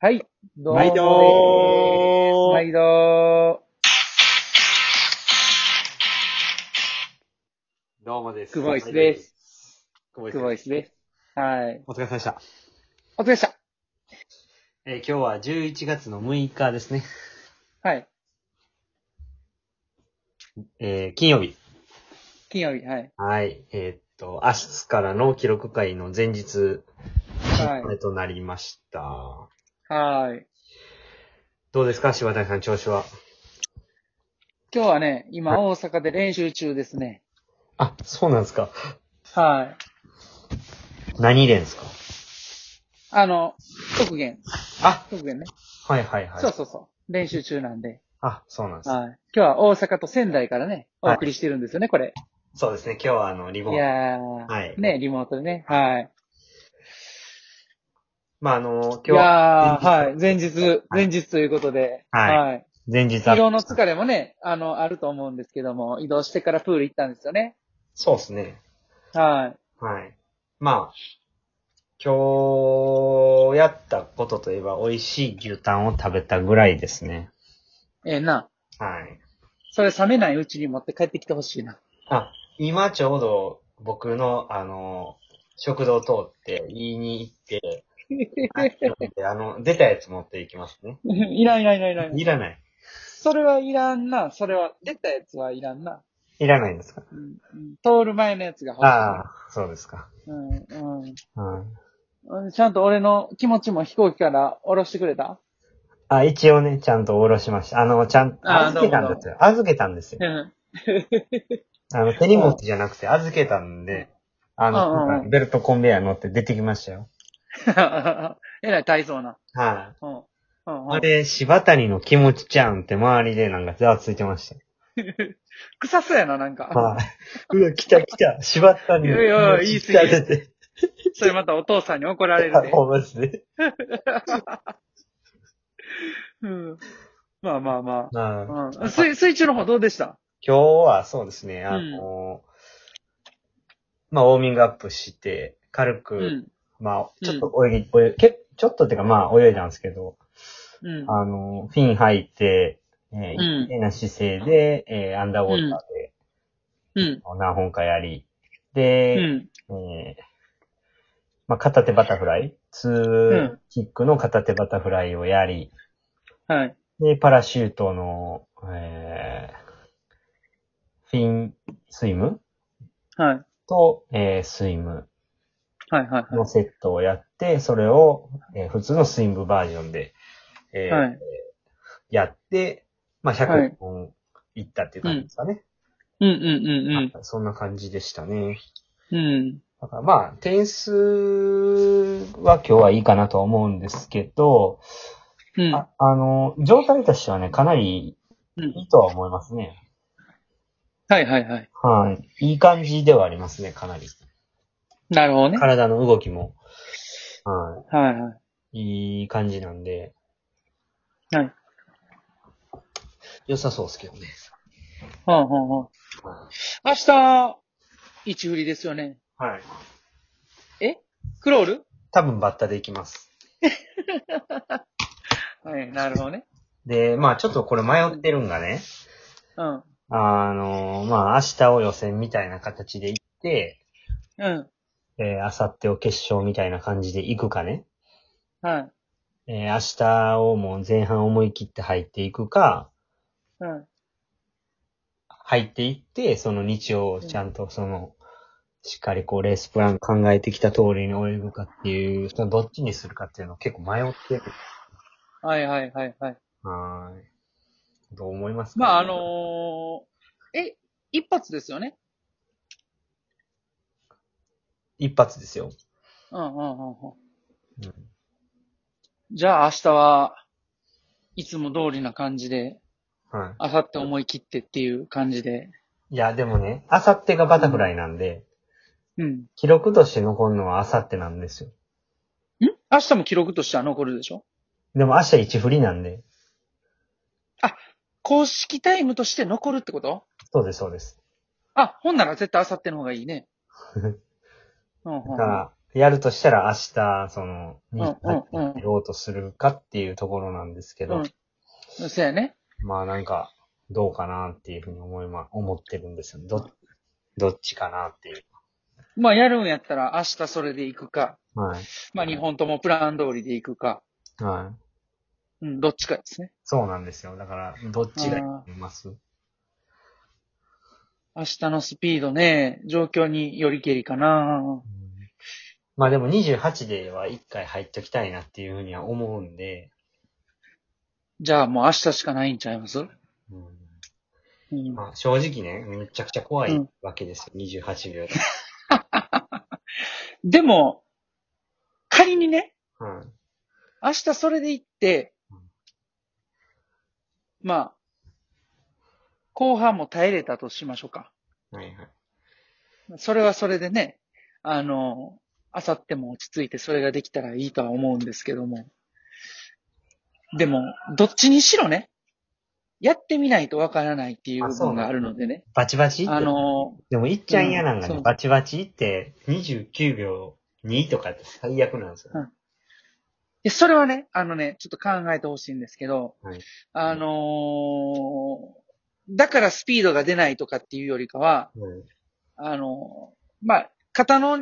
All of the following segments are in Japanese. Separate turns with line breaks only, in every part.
はい。どうも
毎度ー
毎度
どうもです。
久保井です。
久保
ー
井
久保
です。
石です。はい。
お疲れ様でした。
お疲れでした。
えー今日は11月の6日ですね。
はい。
えー金曜日。
金曜日、はい。
はい。えーっと、明日からの記録会の前日、
はい
これとなりました。
はーい。
どうですか柴田さん、調子は。
今日はね、今
はい
大阪で練習中ですね。
あ、そうなんですか。
はい。
何連ですか
あの、特技、
あ、
特技ね。
はいはいはい。
そうそうそう。練習中なんで。
あ、そうなんです。
はい。今日は大阪と仙台からね、お
はい
送りしてるんですよね、これ。
そうですね。今日はあの、リ
い
ボン。
やー。
はい
ね、リモートでね。はい。
まあ、あの、
い
今日
やー、
は
はい。前日、前日ということで。
はい
はい
前日、
移
前日
動
は
の疲れもね、あの、あると思うんですけども、移動してからプール行ったんですよね。
そうですね。
は
はい。まあ、今日やったことといえば、美味しい牛タンを食べたぐらいですね。
い。ええな。
はい。
それ冷めないうちに持って帰ってきてほしいな。
あ、今ちょうど僕の、あの、食堂通って、言いに行 って、あの、出たやつ持っていきますね。
いらんいらんいらんいらん。
いらない。
それはいらんな。それは、出たやつはいらんな。
いらないんですか
うんうん、通る前のやつが欲しい。
ああ、そうですか。
うん
うん。
うん、ちゃんと俺の気持ちも飛行機から降ろしてくれた
あ、一応ね、ちゃんとおろしました。あの、ちゃんと、
あー
預けたんですよ。預けたんですよ
う。ん。
あの、手荷物じゃなくて預けたんで、あの、
うんうんうん
ベルトコンベヤー乗って出てきましたよ。
えらい体操な。
は
うん。うんう
い。あ
ん、
れ、柴谷の気持ちちゃんって周りでなんかざわついてました。
臭そうやな、なんか。
はい。うわ、来た来た。柴谷の
いやいやいいっすね
気持ちちゃんって
それまたお父さんに怒られるで。
ほんまですね。
うん。まあまあま
はい今
あ。うん。水、水中の方どうでした
日はそうですね、あの、まあ、ウォーミングアップして、軽く、
うん。
まあ、ちょっと泳ぎ、泳ぎ、けちょっとっていうかまあ、泳いだんですけど、
うん。
あの、フィン吐いて、え
うん
ー、綺麗な姿勢で、えーアンダーウォーターで
うん。
何本かやり、で、
うん。
えーまあ、片手バタフライ、ツーキックの片手バタフライをやり、
はい。
で、パラシュートの、えーフィンスイム
はい。
と、えースイム
はい。はい。
のセットをやって、それを、えー普通のスイムバージョンで、えー
はい
やって、まあ、
はい
100本いったっていう感じですかね。
うんうん
はいそんな感じでしたね。
うんうん。うん。
だからまあ、点数は今日はいいかなとは思うんですけど、
うん。
ああの、状態としてはね、かなり
うん
いいとは思いますね。
はいはいはい。
はい。いい感じではありますね、かなり。
なるほどね。はい
体の動きも、は。
はい
いい感じなんで、
い。はい。
良さそうですけどね。
ほうほうほう。明日、一振りですよね。
はい。
クロール
多分バッタでいきます。
はい。なるほどね。
で、まあちょっとこれ迷ってるんがね、
うん。
あの、まあ明日を予選みたいな形で行って、
うん。
えー、明後日を決勝みたいな感じで行くかね。
はい。
えー明日をもう前半思い切って入っていくか、
うん。
入っていって、その日曜をちゃんとその、しっかりこうレースプラン考えてきた通りに泳ぐかっていう、そのどっちにするかっていうのを結構迷ってる。
はいはいはいはい。
はーい。どう思いますか
まああ、のー、え、一発ですよね。
一発ですよ。
うんうんうんうん。
うん
じゃあ明日はいつも通りな感じで、
は
明後日思い切ってっていう感じで。
い。いや、でもね、明後日がバタフライなんで、
うん。
記録として残るのは明後日なんですよ。
ん明日も記録としては残るでしょ
でも明日一振りなんで、
公式タイムとして残るってこと
そうです、そうです。
あ、ほんなら絶対明後日の方がいいね。うんうん
だか、ら、やるとしたら明日、その、に
うんうんうん
やろうとするかっていうところなんですけど、
うんそうやね。
まあなんか、どうかなっていうふうに思いま、思ってるんですよ。ど、どっちかなっていう。
まあ、やるんやったら明日それで行くか、
はい。
まあ、日本ともプラン通りで行くか、
はい。
うん、どっちかですね。
そうなんですよ。だから、どっちがいます
明日のスピードね、状況によりけりかな。
まあでも28では1回入っときたいなっていうふうには思うんで、
じゃあもう明日しかないんちゃいますうん
まあ正直ね、めちゃくちゃ怖
う
い
ん
わけですよ、28秒で。
でも、仮にね、
はい
明日それで行って
うん、
まあ、後半も耐えれたとしましょうか。
はいはい。
それはそれでね、あの、あさっても落ち着いてそれができたらいいとは思うんですけども。でも、どっちにしろね、やってみないとわからないっていう部分があるのでね。
バチバチって
あの、
でも、いっちゃん嫌なんがね、
うんそう
バチバチって29秒2とかって最悪なんですよ。
で、それはね、あのね、ちょっと考えてほしいんですけど、
はい
あのーだからスピードが出ないとかっていうよりかは、
うん
あのーまあ、肩の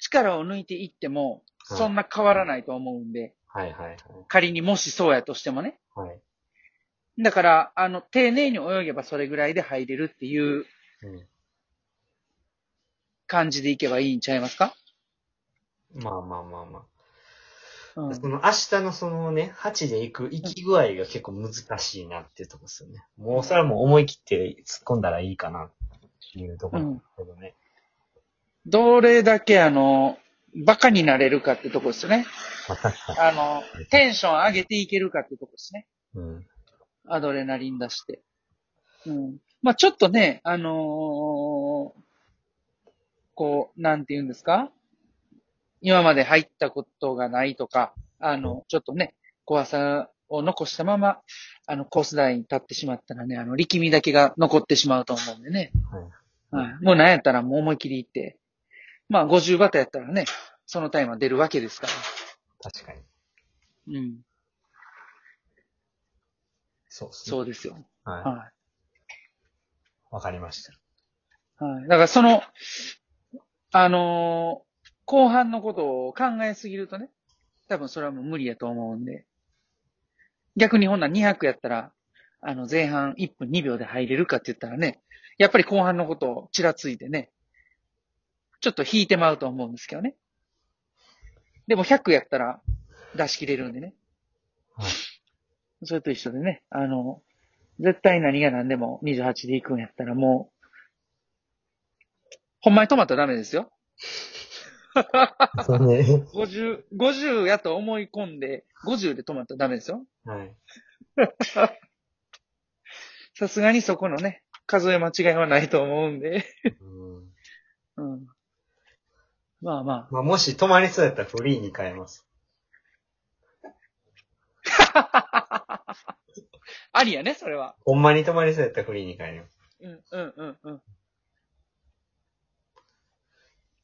力を抜いていっても、
はい
そんな変わらないと思うんで、
はいはいはい。
仮にもしそうやとしてもね。
はい。
だから、あの、丁寧に泳げばそれぐらいで入れるっていう感じでいけばいいんちゃいますか
うん、まあまあまあま
う
あ。
ん
そ。の明日のそのね、8で行く行き具合が結構難しいなっていうところですよね。もうそれはもう思い切って突っ込んだらいいかなっていうところなんですけどね。
どれだけあの、バカになれるかってとこですよね。
まあ確か
あの、テンション上げていけるかってとこですね。
に。うん。
アドレナリン出して。うん。まあ、ちょっとね、あのーこう、なんて言うんですか今まで入ったことがないとか、あの、ちょっとね、怖さを残したまま、あの、コース台に立ってしまったらね、あの、力みだけが残ってしまうと思うんでね。
はい
はい。もうなんやったらもう思い切り行って、まあ、50バタやったらね、そのタイムは出るわけですから。
確かに。
うん。
そうですね。
そうですよ。
は
はい。
い。わかりました。
はい。だからその、あのー後半のことを考えすぎるとね、多分それはもう無理やと思うんで。逆にほんなら200やったら、あの前半1分2秒で入れるかって言ったらね、やっぱり後半のことをちらついてね、ちょっと引いてまうと思うんですけどね。でも100やったら出し切れるんでね。
はい
それと一緒でね、あの、絶対何が何でも28で行くんやったらもう、ほんまに止まったらダメですよ。
そうね。
50、50やと思い込んで、50で止まったらダメですよ。
はい。
さすがにそこのね、数え間違いはないと思うんで。
うん
うん。まあま
まあ、もし止まりそうやったらフリーに変えます。
あ、ありやね、それは。
ほんまに止まりそうやったらフリーに変えます。
うん、うん、うん、うん。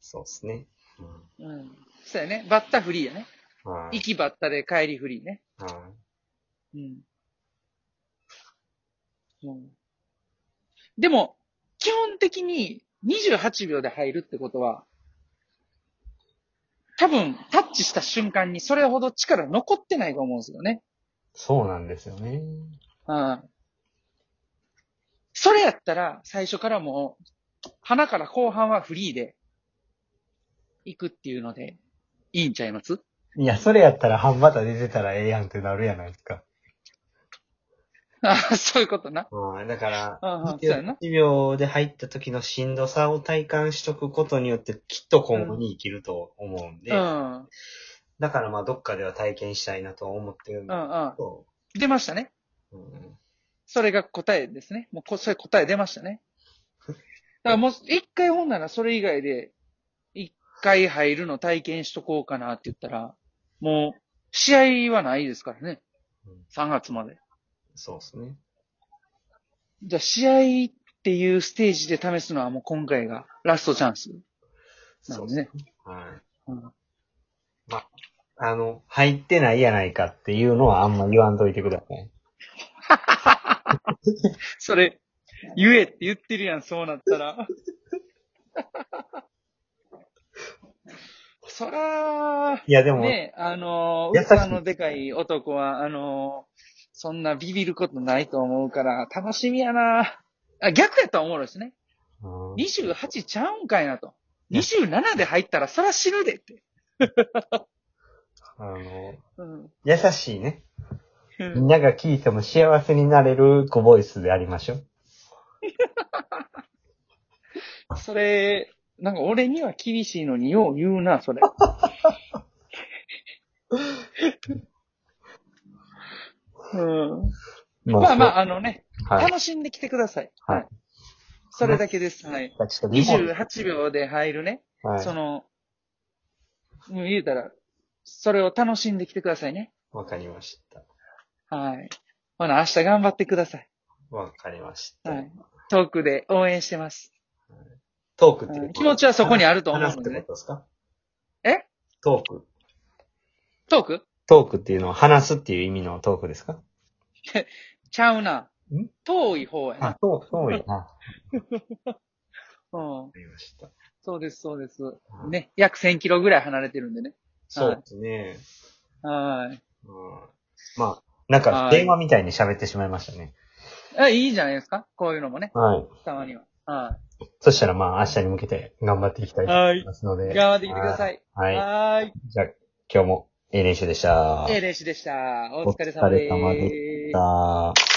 そうですね。
うん。そうやね。バッタフリーやね。
うん。はい。
行きバッタで帰りフリーね。
は
う
い
ん。うん、でも、基本的に28秒で入るってことは、多分、タッチした瞬間にそれほど力残ってないと思うんですよね。
そうなんですよね。
うん。それやったら、最初からもう、鼻から後半はフリーで、行くっていうので、いいんちゃいます
いや、それやったら半バタ出てたらええやんってなるやないですか。
ああ、そういうことな。
うん、だから、
うんうんそうやな
1秒で入った時のしんどさを体感しとくことによって、きっと今後に生きると思うんで、
うん。うん
だからまあ、どっかでは体験したいなと思ってるん
う
だ
ん
け。ど、
出ましたね。
うん
それが答えですね。もうこ、それ答え出ました ね。だからもう、一回ほんならそれ以外で、一回入るの体験しとこうかなって言ったら、もう、試合はないですからね
うん。
3月まで。
そうですね。
じゃあ、試合っていうステージで試すのはもう今回がラストチャンス。な
そ
ん
う
で
です
ね
ね。。は
う
あの、入ってないやないかっていうのはあんま言わんといてください。
それ、言えって言ってるやん、そうなった ら。そら
いや、で
ー、
も、
ね、あの
優
ー、
しい
器のでかい男は、あのー、そんなビビることないと思うから、楽しみやなあ、逆やったらおもろいですね。
うん
28ちゃうんかいなと。27で入ったら、そら死ぬでって。
あの、
うん。
優しいね。
う
み
ん
んなが聞いても幸せになれる子ボイスでありましょう。
それ、なんか俺には厳しいのによう言うな、それ。うん、まあまあ、あのね、
あはい。
楽しんできてください。
はい
それだけです。はい。
ちょっと日本
28秒で入るね、
はい
その、もう言うたら、それを楽しんできてくださいね。
わかりました。
はい。ほな、明日頑張ってください。
わかりました。
はい。トークで応援してます。
トークっ
う
てこ
ん
と
気持ちはそこにあると思う
話す
の
って
で、
こ
ね。
とですか
え
トーク。
トーク
トークっていうのは話すっていう意味のトークですか
ちゃうな。
ん
遠い方やな。
あ、トーク、そうやな。わか
うん。
りました。
そうです、そうです。ね。約1000キロぐらい離れてるんでね。
そうですね。
はい。
うんまあ、なんか
はい
電話みたいに喋ってしまいましたね。
あ、いいじゃないですか。こういうのもね。
はい。
たまには。は
そしたらまあ、明日に向けて頑張っていきたい
い。
と思
はいい。
ますので。
頑張ってきてください。
はい。は
はい。
い。じゃあ、今日もええ練習でした。
ええ練習でした。お疲れ
お
様
疲
で
れ
す。
様でした。